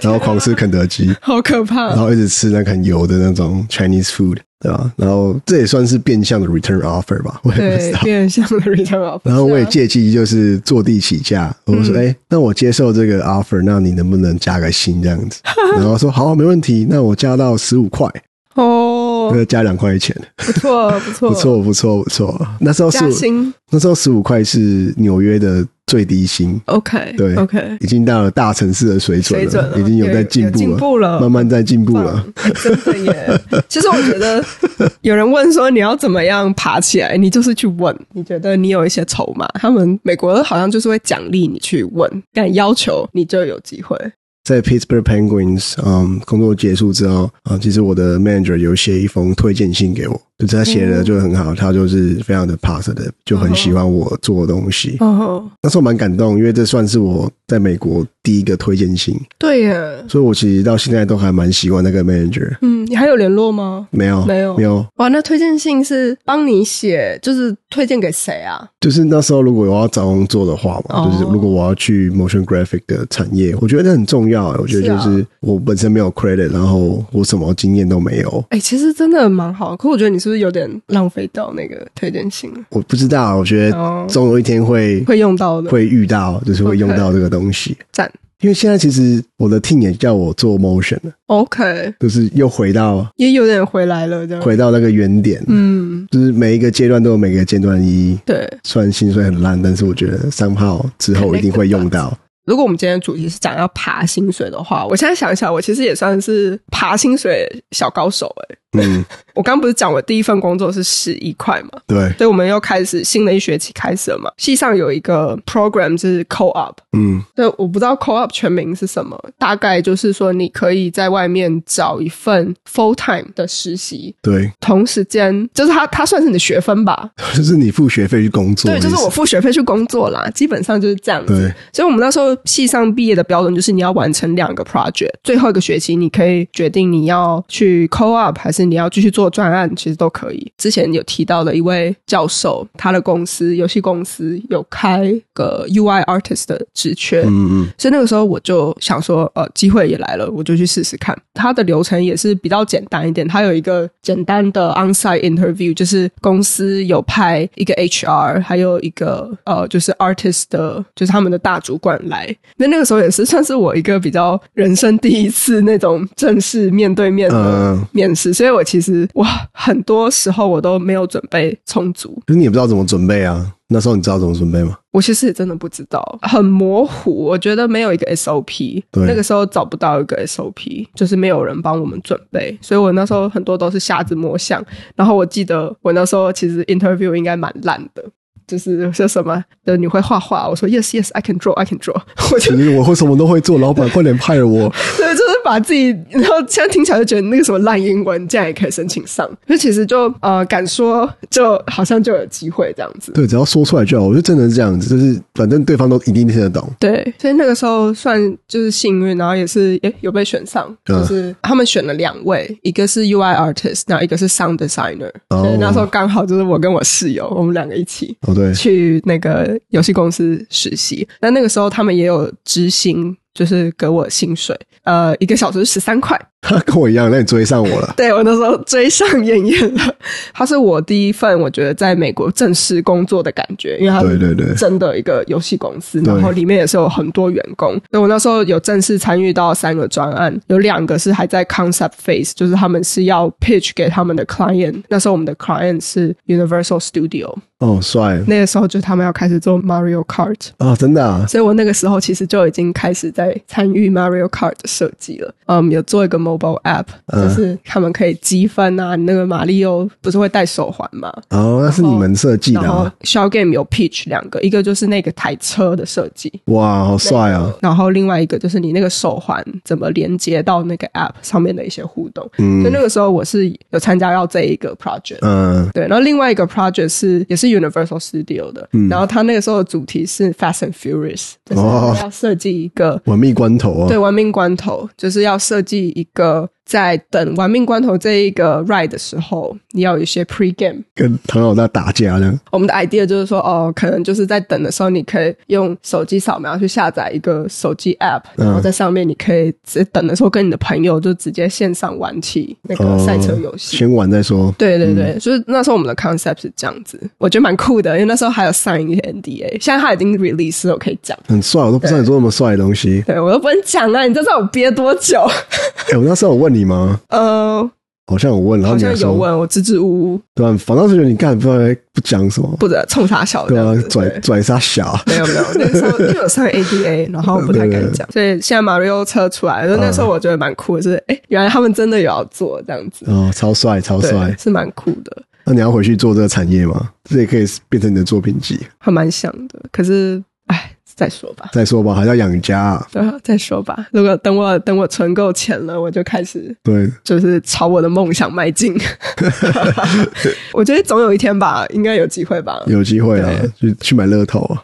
[SPEAKER 1] 然后狂吃肯德基，
[SPEAKER 2] 好可
[SPEAKER 1] 然
[SPEAKER 2] 怕。
[SPEAKER 1] 后一直吃那个很油的那种 Chinese food，对吧、然后这也算是变相的 return offer 吧，我也不知
[SPEAKER 2] 对啊
[SPEAKER 1] 道，。
[SPEAKER 2] 变相的 return off。
[SPEAKER 1] 然后我也
[SPEAKER 2] 是啊
[SPEAKER 1] 借机就是坐地起价，我
[SPEAKER 2] 嗯
[SPEAKER 1] 就说：“哎、那我接受这个 offer，那你能不能加个薪这样 子？”然后说：“好，啊没问题，那我加到十五块，
[SPEAKER 2] 哦，
[SPEAKER 1] 那加两块钱，
[SPEAKER 2] 不错不错
[SPEAKER 1] 不，错，不错，不错。”那时候
[SPEAKER 2] 加
[SPEAKER 1] 是
[SPEAKER 2] 薪
[SPEAKER 1] 那时候十五块是纽约的最低薪，
[SPEAKER 2] OK
[SPEAKER 1] 对
[SPEAKER 2] OK
[SPEAKER 1] 已经到了大城市的水准
[SPEAKER 2] 水
[SPEAKER 1] 了，
[SPEAKER 2] 准了
[SPEAKER 1] 已经有在进
[SPEAKER 2] 有
[SPEAKER 1] 步
[SPEAKER 2] 进
[SPEAKER 1] 了，
[SPEAKER 2] 步了
[SPEAKER 1] 慢慢在进步
[SPEAKER 2] 棒
[SPEAKER 1] 了。
[SPEAKER 2] 哎真的耶！其实我觉 得有人问说你要怎么样爬起来，你就是去问，你觉得你有一些筹码，他们美国好像就是会奖励你去问，但要求你就有机会。
[SPEAKER 1] 在 Pittsburgh Penguins，嗯，工作结束之后，啊、其实我的 manager 有写一封推荐信给我，就是他写
[SPEAKER 2] 嗯
[SPEAKER 1] 的就很好，他就是非常的 positive，就很喜欢我做的东西。
[SPEAKER 2] 哦，
[SPEAKER 1] 那时候蛮感动，因为这算是我在美国第一个推荐信，
[SPEAKER 2] 对耶，
[SPEAKER 1] 所以我其实到现在都还蛮喜欢那个 manager。
[SPEAKER 2] 嗯，你还有联络吗？
[SPEAKER 1] 没有，
[SPEAKER 2] 没有
[SPEAKER 1] 没有，
[SPEAKER 2] 哇，那推荐信是帮你写，就是推荐给谁啊？
[SPEAKER 1] 就是那时候如果我要找工作的话嘛，
[SPEAKER 2] 哦
[SPEAKER 1] 就是如果我要去 motion graphic 的产业，我觉得那很重要。我觉得
[SPEAKER 2] 是
[SPEAKER 1] 就
[SPEAKER 2] 啊
[SPEAKER 1] 是我本身没有 credit，然后我什么经验都没有，
[SPEAKER 2] 哎、其实真的蛮好，可我觉得你是不是有点浪费掉那个推荐信了？
[SPEAKER 1] 我不知道，我觉
[SPEAKER 2] 哦
[SPEAKER 1] 得总有一天会
[SPEAKER 2] 会用到的，
[SPEAKER 1] 会遇到，就是会
[SPEAKER 2] OK
[SPEAKER 1] 用到这个东西。
[SPEAKER 2] 赞
[SPEAKER 1] 因为现在其实我的 team 也叫我做 motion 了，
[SPEAKER 2] ，OK，
[SPEAKER 1] 就是又回到
[SPEAKER 2] 也有点回来了，这样，
[SPEAKER 1] 回到那个原点，
[SPEAKER 2] 嗯，
[SPEAKER 1] 就是每一个阶段都有每个阶段的意义。
[SPEAKER 2] 对。
[SPEAKER 1] 虽然薪水很烂，但是我觉得三号之后一定会用到。
[SPEAKER 2] 如果我们今天的主题是讲要爬薪水的话，我现在想一想，我其实也算是爬薪水小高手诶、
[SPEAKER 1] 嗯，
[SPEAKER 2] 我刚不是讲我第一份工作是十一块嘛，
[SPEAKER 1] 对，
[SPEAKER 2] 所以我们又开始新的一学期开始了嘛。系上有一个 program 是 co-op，
[SPEAKER 1] 嗯
[SPEAKER 2] 对，我不知道 co-op 全名是什么，大概就是说你可以在外面找一份 full time 的实习，
[SPEAKER 1] 对，
[SPEAKER 2] 同时间就是它它算是你的学分吧，
[SPEAKER 1] 就是你付学费去工作，
[SPEAKER 2] 对，就是我付学费去工作啦，基本上就是这样子
[SPEAKER 1] 对。
[SPEAKER 2] 所以我们那时候系上毕业的标准就是你要完成两个 project，最后一个学期你可以决定你要去 co up 还是你要继续做专案，其实都可以。之前有提到的一位教授，他的公司游戏公司有开个 UI artist 的职缺，
[SPEAKER 1] 嗯嗯，
[SPEAKER 2] 所以那个时候我就想说，呃，机会也来了，我就去试试看。它的流程也是比较简单一点，它有一个简单的 on-site interview，就是公司有派一个 HR，还有一个呃，就是 artist 的，就是他们的大主管来。那那个时候也是算是我一个比较人生第一次那种正式面对面的
[SPEAKER 1] 嗯
[SPEAKER 2] 面试，所以我其实哇，很多时候我都没有准备充足，
[SPEAKER 1] 可是你也不知道怎么准备啊。那时候你知道怎么准备吗？
[SPEAKER 2] 我其实也真的不知道，很模糊。我觉得没有一个 SOP，
[SPEAKER 1] 对
[SPEAKER 2] 那个时候找不到一个 SOP，就是没有人帮我们准备，所以我那时候很多都是瞎子摸象。然后我记得我那时候其实 interview 应该蛮烂的，就是说什么，就你会画 画，我说 yes yes I can draw I can draw，我就
[SPEAKER 1] 就是我会什么都会做，老板快点派我。
[SPEAKER 2] 对，就是把自己，然后现在听起来就觉得那个什么烂英文，这样也可以申请上。就其实就呃敢说，就好像就有机会这样子。
[SPEAKER 1] 对，只要说出来就好。我就真的是这样子，就是反正对方都一定听得懂。
[SPEAKER 2] 对，所以那个时候算就是幸运，然后也是诶有被选上，
[SPEAKER 1] 嗯
[SPEAKER 2] 就是他们选了两位，一个是 UI artist，然后一个是 sound designer。
[SPEAKER 1] 哦
[SPEAKER 2] 所以那时候刚好就是我跟我室友，我们两个一起
[SPEAKER 1] 哦，对，
[SPEAKER 2] 去那个游戏公司实习。那那个时候他们也有知薪，就是给我薪水，呃，一个小时十三块。
[SPEAKER 1] 他跟我一样，那你追上我了。
[SPEAKER 2] 对我那时候追上燕燕了，她是我第一份我觉得在美国正式工作的感觉，因为她
[SPEAKER 1] 对对对
[SPEAKER 2] 真的一个游戏公司，
[SPEAKER 1] 对
[SPEAKER 2] 然后里面也是有很多员工。所以我那时候有正式参与到三个专案，有两个是还在 concept phase，就是他们是要 pitch 给他们的 client。那时候我们的 client 是 Universal Studio，
[SPEAKER 1] 哦，帅
[SPEAKER 2] 那个时候就他们要开始做 Mario Kart。
[SPEAKER 1] 啊、真的啊，
[SPEAKER 2] 所以我那个时候其实就已经开始在参与 Mario Kart 的设计了。嗯，有做一个 mobile app，、
[SPEAKER 1] 嗯
[SPEAKER 2] 就是他们可以积分啊，你那个马里奥不是会戴手环吗？
[SPEAKER 1] 哦，那是你们设计的
[SPEAKER 2] 然后
[SPEAKER 1] 啊，
[SPEAKER 2] Shell Game 有 Peach 两个，一个就是那个台车的设计，
[SPEAKER 1] 哇，好帅啊！
[SPEAKER 2] 然后另外一个就是你那个手环怎么连接到那个 app 上面的一些互动。
[SPEAKER 1] 嗯
[SPEAKER 2] 所以那个时候我是有参加到这一个 project。
[SPEAKER 1] 嗯，
[SPEAKER 2] 对，然后另外一个 project 是也是 Universal Studio 的，
[SPEAKER 1] 嗯
[SPEAKER 2] 然后他那个时候的主题是 Fast and Furious，就是
[SPEAKER 1] 哦
[SPEAKER 2] 要设计一个、
[SPEAKER 1] 玩命关头啊
[SPEAKER 2] 对，玩命关头，就是要设计一个在等玩命关头这一个 ride 的时候，你要有一些 pre game。
[SPEAKER 1] 跟唐老大打架呢，
[SPEAKER 2] 我们的 idea 就是说，哦，可能就是在等的时候，你可以用手机扫描去下载一个手机 app，
[SPEAKER 1] 嗯
[SPEAKER 2] 然后在上面你可以直等的时候跟你的朋友就直接线上玩起那个赛车游
[SPEAKER 1] 哦
[SPEAKER 2] 戏。
[SPEAKER 1] 嗯先玩再说。
[SPEAKER 2] 对对对，就是那时候我们的 concept 是这样子，我觉得蛮酷的，因为那时候还有 sign 一些 NDA，现在他已经 release 了，我可以讲。
[SPEAKER 1] 很帅，我都不知道你做那么帅的东西。
[SPEAKER 2] 对我都不能讲啊，你知道我憋多久？
[SPEAKER 1] 哎、我那时候有问你吗？
[SPEAKER 2] 呃，
[SPEAKER 1] 好像我问，然后
[SPEAKER 2] 好
[SPEAKER 1] 你
[SPEAKER 2] 像
[SPEAKER 1] 还
[SPEAKER 2] 有
[SPEAKER 1] 说，
[SPEAKER 2] 问我支支吾吾，
[SPEAKER 1] 对吧、反正是觉得你干不知道在不讲什么，
[SPEAKER 2] 不者冲啥小
[SPEAKER 1] 对
[SPEAKER 2] 这
[SPEAKER 1] 啊
[SPEAKER 2] 样子，
[SPEAKER 1] 拽
[SPEAKER 2] 对
[SPEAKER 1] 拽啥小，
[SPEAKER 2] 没有没 有，那个时候因为我上 ADA，然后不太敢讲，所以现在 Mario 车出来
[SPEAKER 1] 啊
[SPEAKER 2] 了，那时候我觉得蛮酷的，就是哎，诶原来他们真的有要做这样子，
[SPEAKER 1] 哦，超帅超帅
[SPEAKER 2] 对，。是蛮酷的，
[SPEAKER 1] 那你要回去做这个产业吗？这也可以变成你的作品集。
[SPEAKER 2] 还蛮想的。可是哎，再说吧，
[SPEAKER 1] 再说吧，还是要养家、啊。
[SPEAKER 2] 对啊，再说吧。如果等我等我存够钱了，我就开始
[SPEAKER 1] 对，
[SPEAKER 2] 就是朝我的梦想迈 进。我觉得总有一天吧，应该有机会吧。
[SPEAKER 1] 有机会啊，去去买乐透啊。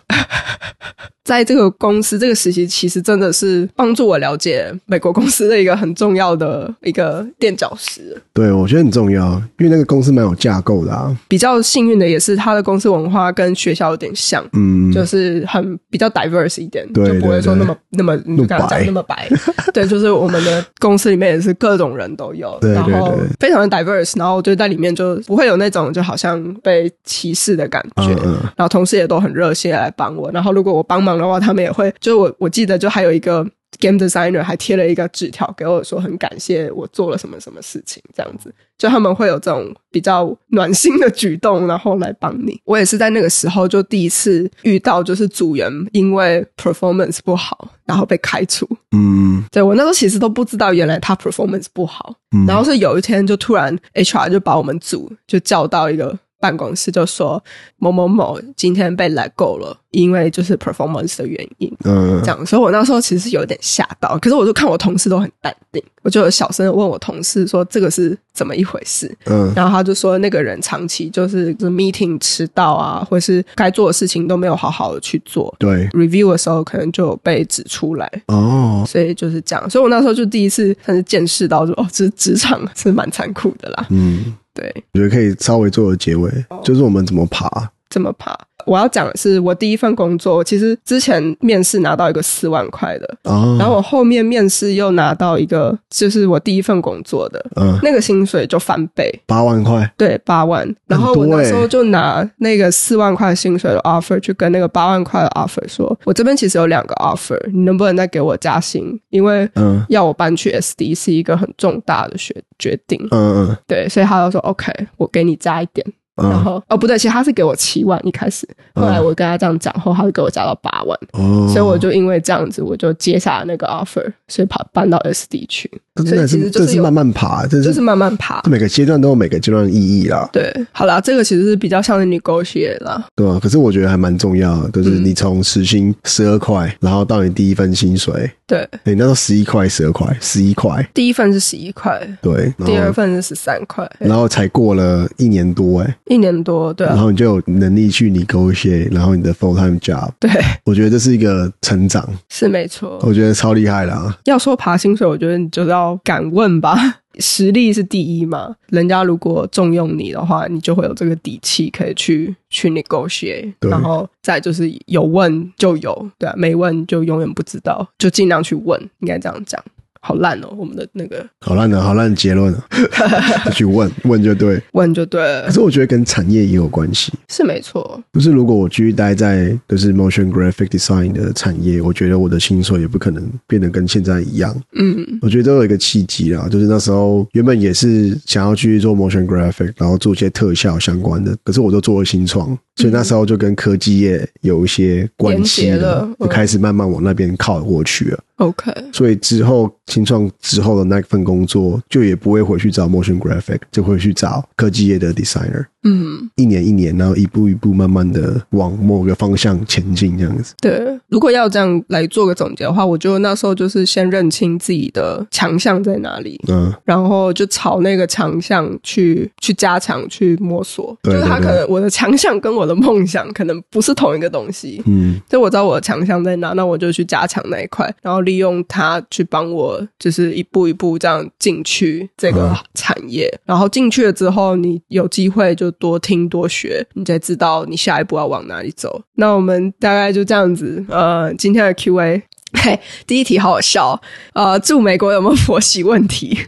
[SPEAKER 2] 在这个公司这个实习，其实真的是帮助我了解美国公司的一个很重要的一个垫脚石。
[SPEAKER 1] 对，我觉得很重要，因为那个公司蛮有架构的啊。
[SPEAKER 2] 比较幸运的也是，他的公司文化跟学校有点像。
[SPEAKER 1] 嗯，
[SPEAKER 2] 就是很比较 diverse 一点，
[SPEAKER 1] 对
[SPEAKER 2] 就不会说
[SPEAKER 1] 对对
[SPEAKER 2] 那么那么你就刚刚
[SPEAKER 1] 白
[SPEAKER 2] 讲那么白， 对，就是我们的公司里面也是各种人都有，
[SPEAKER 1] 对对
[SPEAKER 2] 然后
[SPEAKER 1] 对
[SPEAKER 2] 非常的 diverse，然后就在里面就不会有那种就好像被歧视的感觉。
[SPEAKER 1] 嗯嗯
[SPEAKER 2] 然后同事也都很热心地来帮我，然后如果我帮忙的话，他们也会。就是我我记得就还有一个 game designer 还贴了一个纸条给我，说很感谢我做了什么什么事情这样子。就他们会有这种比较暖心的举动，然后来帮你。我也是在那个时候就第一次遇到，就是组员因为 performance 不好，然后被开除。
[SPEAKER 1] 嗯
[SPEAKER 2] 对我那时候其实都不知道，原来他 performance 不好。
[SPEAKER 1] 嗯，
[SPEAKER 2] 然后是有一天就突然 HR 就把我们组就叫到一个办公室，就说某某某今天被 let go 了，因为就是 performance 的原因。
[SPEAKER 1] 嗯
[SPEAKER 2] 这样，所以我那时候其实有点吓到，可是我就看我同事都很淡定，我就有小声地问我同事说这个是怎么一回事，
[SPEAKER 1] 嗯
[SPEAKER 2] 然后他就说那个人长期就是就是 meeting 迟到啊，或是该做的事情都没有好好的去做
[SPEAKER 1] 对
[SPEAKER 2] ，review 的时候可能就有被指出来，
[SPEAKER 1] 哦，
[SPEAKER 2] 所以就是这样。所以我那时候就第一次算是见识到说，哦，职职场是蛮残酷的啦。
[SPEAKER 1] 嗯，
[SPEAKER 2] 对，
[SPEAKER 1] 我觉得可以稍微做个结尾，
[SPEAKER 2] 哦
[SPEAKER 1] 就是我们怎么爬。
[SPEAKER 2] 这么怕。我要讲的是，我第一份工作，我其实之前面试拿到一个四万块的，
[SPEAKER 1] 哦，
[SPEAKER 2] 然后我后面面试又拿到一个，就是我第一份工作的
[SPEAKER 1] 嗯，
[SPEAKER 2] 那个薪水就翻倍，
[SPEAKER 1] 八万块，
[SPEAKER 2] 对，八万。然后我
[SPEAKER 1] 很多
[SPEAKER 2] 那
[SPEAKER 1] 欸
[SPEAKER 2] 时候就拿那个四万块薪水的 offer 去跟那个八万块的 offer 说，我这边其实有两个 offer，你能不能再给我加薪？因为
[SPEAKER 1] 嗯
[SPEAKER 2] 要我搬去 SD 是一个很重大的决决定，
[SPEAKER 1] 嗯嗯
[SPEAKER 2] 对，所以他就说 OK，我给你加一点。然
[SPEAKER 1] 嗯，
[SPEAKER 2] 后哦不对，其实他是给我七万一开始，后来我跟他这样讲后，他就给我加到八万，
[SPEAKER 1] 哦，
[SPEAKER 2] 所以我就因为这样子，我就接下了那个 offer，所以跑搬到 SD 去。
[SPEAKER 1] 但真的
[SPEAKER 2] 所以
[SPEAKER 1] 是
[SPEAKER 2] 其实就是
[SPEAKER 1] 这是
[SPEAKER 2] 有
[SPEAKER 1] 慢慢爬，这
[SPEAKER 2] 就是是慢慢爬。
[SPEAKER 1] 每个阶段都有每个阶段的意义啦，
[SPEAKER 2] 对，好啦，这个其实是比较像是 negotiate 啦。
[SPEAKER 1] 对吧？可是我觉得还蛮重要的，就是
[SPEAKER 2] 嗯
[SPEAKER 1] 你从时薪十二块，然后到你第一份薪水，
[SPEAKER 2] 对，
[SPEAKER 1] 你那时候十一块、十二块、十一块，
[SPEAKER 2] 第一份是十一块，
[SPEAKER 1] 对，然后
[SPEAKER 2] 第二份是十三块，
[SPEAKER 1] 然后才过了一年多哎、
[SPEAKER 2] 一年多，对
[SPEAKER 1] 然
[SPEAKER 2] 啊，
[SPEAKER 1] 后你就有能力去 negotiate，然后你的 full time job，
[SPEAKER 2] 对，
[SPEAKER 1] 我觉得这是一个成长，
[SPEAKER 2] 是没错。
[SPEAKER 1] 我觉得超厉害啦。
[SPEAKER 2] 要说爬薪水，我觉得你就是要敢问吧， 实力是第一嘛。人家如果重用你的话，你就会有这个底气可以去去 negotiate，
[SPEAKER 1] 对
[SPEAKER 2] 然后再就是有问就有，对啊，没问就永远不知道，就尽量去问，应该这样讲。好烂哦，我们的那个
[SPEAKER 1] 好烂的，好烂的结论啊！ 就去问问就对。
[SPEAKER 2] 问就对了
[SPEAKER 1] 可，是我觉得跟产业也有关系，
[SPEAKER 2] 是没错，
[SPEAKER 1] 就是如果我继续待在就是 motion graphic design 的产业，我觉得我的薪水也不可能变得跟现在一样。
[SPEAKER 2] 嗯，
[SPEAKER 1] 我觉得都有一个契机啦，就是那时候原本也是想要去做 motion graphic，然后做一些特效相关的，可是我都做了新创，所以那时候就跟科技业有一些关系
[SPEAKER 2] 连结
[SPEAKER 1] 了
[SPEAKER 2] 了，
[SPEAKER 1] 就
[SPEAKER 2] 嗯
[SPEAKER 1] 开始慢慢往那边靠过去了。
[SPEAKER 2] OK，
[SPEAKER 1] 所以之后新创之后的那份工作，就也不会回去找 motion graphic，就会去找科技业的 designer。
[SPEAKER 2] 嗯，
[SPEAKER 1] 一年一年，然后一步一步慢慢的往某个方向前进，这样子。
[SPEAKER 2] 对。如果要这样来做个总结的话，我觉得那时候就是先认清自己的强项在哪里，
[SPEAKER 1] 嗯，
[SPEAKER 2] 然后就朝那个强项去去加强去摸索。
[SPEAKER 1] 对
[SPEAKER 2] 就是他
[SPEAKER 1] 对对
[SPEAKER 2] 可能我的强项跟我的梦想可能不是同一个东西。
[SPEAKER 1] 嗯，
[SPEAKER 2] 就我知道我的强项在哪，那我就去加强那一块，然后利用它去帮我，就是一步一步这样进去这个
[SPEAKER 1] 嗯
[SPEAKER 2] 产业。然后进去了之后，你有机会就多听多学，你才知道你下一步要往哪里走。那我们大概就这样子，呃，今天的 Q&A。嘿， 第一题好好笑哦，呃，住美国有没有婆媳问题？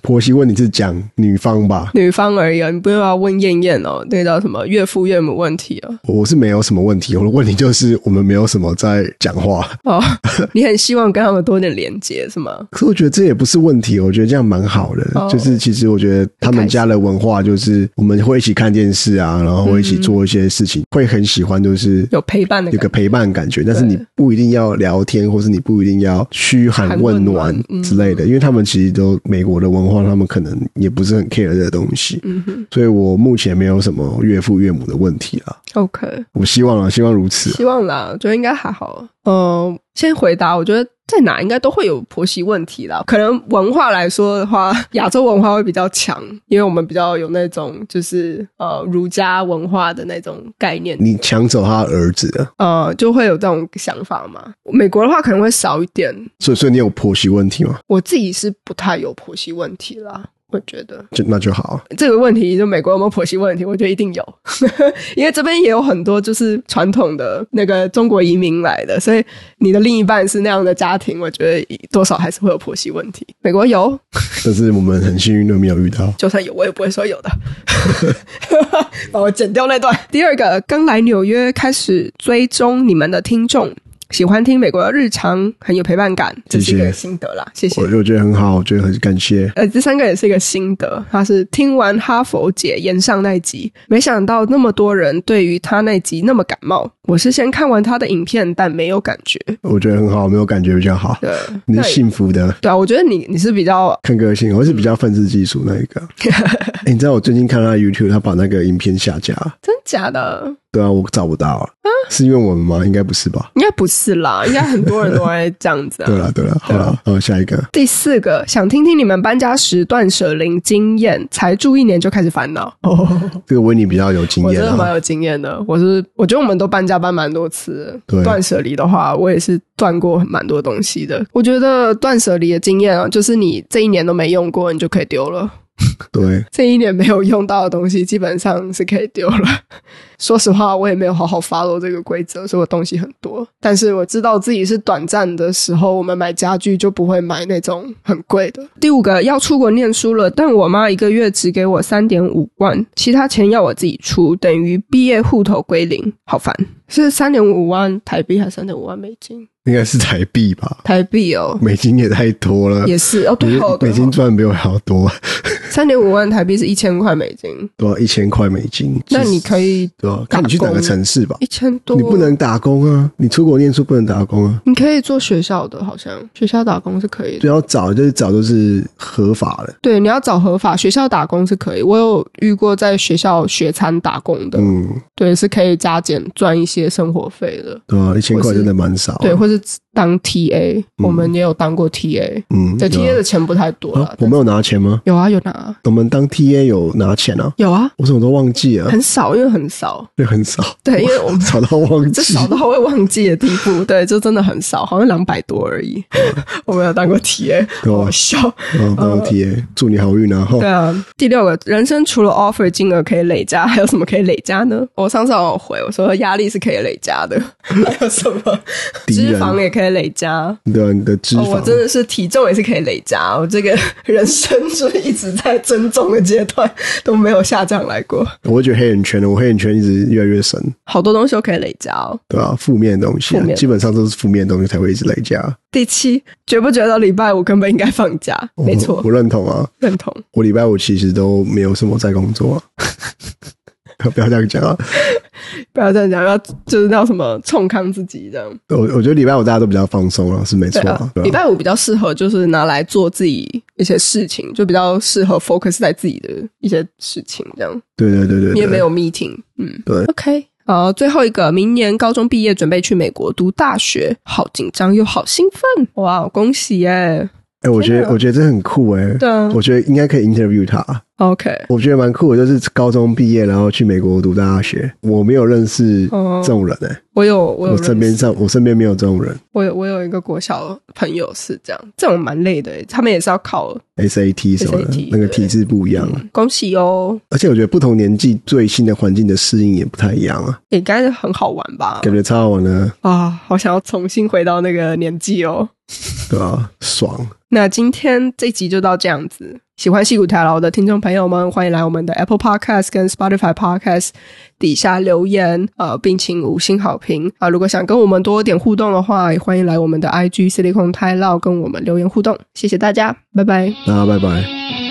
[SPEAKER 1] 婆媳问题是讲女方吧，
[SPEAKER 2] 女方而已、啊，你不用要问燕燕哦，那个叫什么岳父岳母问题哦。
[SPEAKER 1] 我是没有什么问题，我的问题就是我们没有什么在讲话。
[SPEAKER 2] 哦，你很希望跟他们多点连接是吗？
[SPEAKER 1] 可是我觉得这也不是问题，我觉得这样蛮好的。
[SPEAKER 2] 哦
[SPEAKER 1] 就是其实我觉得他们家的文化就是我们会一起看电视啊，然后会一起做一些事情，会很喜欢，就是
[SPEAKER 2] 有陪伴的
[SPEAKER 1] 有
[SPEAKER 2] 感
[SPEAKER 1] 个
[SPEAKER 2] 觉。
[SPEAKER 1] 陪伴感觉。但是你不一定要聊天，或是你不一定要嘘寒问暖
[SPEAKER 2] 寒问暖嗯
[SPEAKER 1] 之类的，因为他们其实都美国的文化，他们可能也不是很 care 这个东西。
[SPEAKER 2] 嗯哼
[SPEAKER 1] 所以我目前没有什么岳父岳母的问题啊，
[SPEAKER 2] ，OK，
[SPEAKER 1] 我希望啊，希望如此。
[SPEAKER 2] 希望啦，我觉得应该还好。嗯、先回答，我觉得在哪应该都会有婆媳问题啦。可能文化来说的话， 亚洲文化会比较强，因为我们比较有那种就是呃儒家文化的那种概念。
[SPEAKER 1] 你抢走他儿子了，
[SPEAKER 2] 呃，就会有这种想法嘛。美国的话可能会少一点，
[SPEAKER 1] 所以所以你有婆媳问题吗？
[SPEAKER 2] 我自己是不太有婆媳问题啦。我觉得
[SPEAKER 1] 就那就好。
[SPEAKER 2] 这个问题，就美国有没有婆媳问题，我觉得一定有， 因为这边也有很多就是传统的那个中国移民来的，所以你的另一半是那样的家庭，我觉得多少还是会有婆媳问题。美国有，
[SPEAKER 1] 但是我们很幸运都没有遇到。
[SPEAKER 2] 就算有，我也不会说有的。 把我剪掉那段。第二个，刚来纽约开始追踪你们的听众，喜欢听美国的日常，很有陪伴感，这是一
[SPEAKER 1] 谢谢
[SPEAKER 2] 个心得啦，谢谢
[SPEAKER 1] 我。我觉得很好，我觉得很感谢。
[SPEAKER 2] 呃，第三个也是一个心得，他是听完哈佛姐演上那一集，没想到那么多人对于他那集那么感冒。我是先看完他的影片，但没有感觉。
[SPEAKER 1] 我觉得很好，没有感觉比较好。
[SPEAKER 2] 对，
[SPEAKER 1] 你
[SPEAKER 2] 那
[SPEAKER 1] 是幸福的，
[SPEAKER 2] 对啊，我觉得你你是比较
[SPEAKER 1] 看个性，我是比较愤世嫉俗那一 个。欸你知道我最近看他的 YouTube，他把那个影片下架，
[SPEAKER 2] 真假的，
[SPEAKER 1] 对啊，我找不到啊，是因为我们吗？应该不是吧？
[SPEAKER 2] 应该不是啦，应该很多人都会这样子、啊。
[SPEAKER 1] 对了对了，好了，好下一个，
[SPEAKER 2] 第四个，想听听你们搬家时断舍离经验，才住一年就开始烦恼。哦，
[SPEAKER 1] 这个维尼比较有经
[SPEAKER 2] 我真
[SPEAKER 1] 验
[SPEAKER 2] 的蛮
[SPEAKER 1] 啊，
[SPEAKER 2] 有经验的。我是我觉得我们都搬家搬蛮多次
[SPEAKER 1] 对，
[SPEAKER 2] 断舍离的话，我也是断过蛮多东西的。我觉得断舍离的经验啊，就是你这一年都没用过，你就可以丢了。
[SPEAKER 1] 对，
[SPEAKER 2] 这一年没有用到的东西，基本上是可以丢了。 说实话，我也没有好好 follow 这个规则，所以我东西很多。但是我知道自己是短暂的时候，我们买家具就不会买那种很贵的。第五个，要出国念书了，但我妈一个月只给我三点五万，其他钱要我自己出，等于毕业户头归零，好烦。是三点五万台币还是三点五万美金？
[SPEAKER 1] 应该是台币吧？
[SPEAKER 2] 台币哦，
[SPEAKER 1] 美金也太多了，
[SPEAKER 2] 也是哦，对哦，
[SPEAKER 1] 美金赚比我还要多，
[SPEAKER 2] 三点五万台币是一千块美金，
[SPEAKER 1] 多少一千块美金？
[SPEAKER 2] 那你可以
[SPEAKER 1] 对吧？看你去哪个城市吧，
[SPEAKER 2] 一千多，
[SPEAKER 1] 你不能打工啊，你出国念书不能打工啊。
[SPEAKER 2] 你可以做学校的，好像学校打工是可以的。
[SPEAKER 1] 对，要找就是找都是合法的，
[SPEAKER 2] 对，你要找合法学校打工是可以。我有遇过在学校学餐打工的，
[SPEAKER 1] 嗯，
[SPEAKER 2] 对，啊是可以加减赚一些生活费的。
[SPEAKER 1] 对啊吧？一千块真的蛮少，啊
[SPEAKER 2] 对，，或是当 TA，、我们也有当过 TA，
[SPEAKER 1] 嗯，
[SPEAKER 2] 对
[SPEAKER 1] 对
[SPEAKER 2] TA
[SPEAKER 1] 啊
[SPEAKER 2] 的钱不太多
[SPEAKER 1] 啊
[SPEAKER 2] 了。
[SPEAKER 1] 我们有拿钱吗？
[SPEAKER 2] 有啊，有拿啊，
[SPEAKER 1] 我们当 TA 有拿钱啊？
[SPEAKER 2] 有啊，
[SPEAKER 1] 我怎么都忘记 了，
[SPEAKER 2] 很少，因为很少。
[SPEAKER 1] 对，很少，
[SPEAKER 2] 对，因为我们
[SPEAKER 1] 少到忘
[SPEAKER 2] 这
[SPEAKER 1] 记，
[SPEAKER 2] 少到会忘记的地步，对，就真的很少，好像两百多而已。
[SPEAKER 1] 哦
[SPEAKER 2] 我没有当过 TA，
[SPEAKER 1] 对
[SPEAKER 2] 好
[SPEAKER 1] 吧
[SPEAKER 2] 好？笑。
[SPEAKER 1] 嗯，当 TA，祝你好运啊！哈
[SPEAKER 2] 呃对，啊，第六个，人生除了 offer 金额可以累加，还有什么可以累加呢？我上次有回我说压力是可以累加的，还有 什 么
[SPEAKER 1] 敌人
[SPEAKER 2] 脂肪也可以累加。
[SPEAKER 1] 你的啊你的脂
[SPEAKER 2] 哦，我
[SPEAKER 1] 肪
[SPEAKER 2] 真的是体重也是可以累加，我这个人生就是一直在增重的阶段都没有下降来过，
[SPEAKER 1] 我会觉得黑眼圈，我黑眼圈一直越来越深，
[SPEAKER 2] 好多东西都可以累加哦。
[SPEAKER 1] 对吧、负面的东西、
[SPEAKER 2] 负
[SPEAKER 1] 啊
[SPEAKER 2] 面，的
[SPEAKER 1] 基本上都是负面的东西才会一直累加。
[SPEAKER 2] 第七，觉不觉得礼拜五根本应该放假？
[SPEAKER 1] 我
[SPEAKER 2] 没错
[SPEAKER 1] 我，认同啊。
[SPEAKER 2] 认同。
[SPEAKER 1] 我礼拜五其实都没有什么在工作、啊， 不要这样讲啊。
[SPEAKER 2] 不要这样讲，要就是要什么冲康自己这样。
[SPEAKER 1] 我我觉得礼拜五大家都比较放松啊，是没
[SPEAKER 2] 对
[SPEAKER 1] 错
[SPEAKER 2] 啊
[SPEAKER 1] 啊，，对
[SPEAKER 2] 礼
[SPEAKER 1] 吧、
[SPEAKER 2] 拜五比较适合就是拿来做自己一些事情，就比较适合 focus 在自己的一些事情这样。
[SPEAKER 1] 对对对对
[SPEAKER 2] 你
[SPEAKER 1] 对，
[SPEAKER 2] 也没有 meeting，嗯，
[SPEAKER 1] 对
[SPEAKER 2] ，OK。好，最后一个，明年高中毕业，准备去美国读大学，好紧张又好兴奋，哇，恭喜耶！
[SPEAKER 1] 哎、我觉
[SPEAKER 2] 真
[SPEAKER 1] 得
[SPEAKER 2] 的
[SPEAKER 1] 我觉得这很酷哎、
[SPEAKER 2] 对啊
[SPEAKER 1] 我觉得应该可以 interview 他，
[SPEAKER 2] ，OK，
[SPEAKER 1] 我觉得蛮酷的，就是高中毕业然后去美国读大学，我没有认识
[SPEAKER 2] 哦
[SPEAKER 1] 这种人哎、
[SPEAKER 2] 我有我有
[SPEAKER 1] 我身边
[SPEAKER 2] 认识
[SPEAKER 1] 上我身边没有这种人
[SPEAKER 2] 我有我有一个国小朋友是这样，这种蛮累的耶，他们也是要考，
[SPEAKER 1] ，SAT 什么的
[SPEAKER 2] SAT
[SPEAKER 1] 那个
[SPEAKER 2] 对
[SPEAKER 1] 体制不一样啊、
[SPEAKER 2] 嗯恭喜哦，
[SPEAKER 1] 而且我觉得不同年纪对新的环境的适应也不太一样啊，
[SPEAKER 2] 也应该很好玩吧？
[SPEAKER 1] 感觉超好玩的，
[SPEAKER 2] 啊，好想要重新回到那个年纪哦。
[SPEAKER 1] 对吧、爽，
[SPEAKER 2] 那今天这集就到这样子。喜欢戏骨台劳的听众朋友们，欢迎来我们的 Apple Podcast 跟 Spotify Podcast 底下留言，呃，并请五星好评啊、如果想跟我们多一点互动的话，也欢迎来我们的 IG Silicon t i l a 跟我们留言互动。谢谢大家，拜拜。
[SPEAKER 1] 大家拜拜。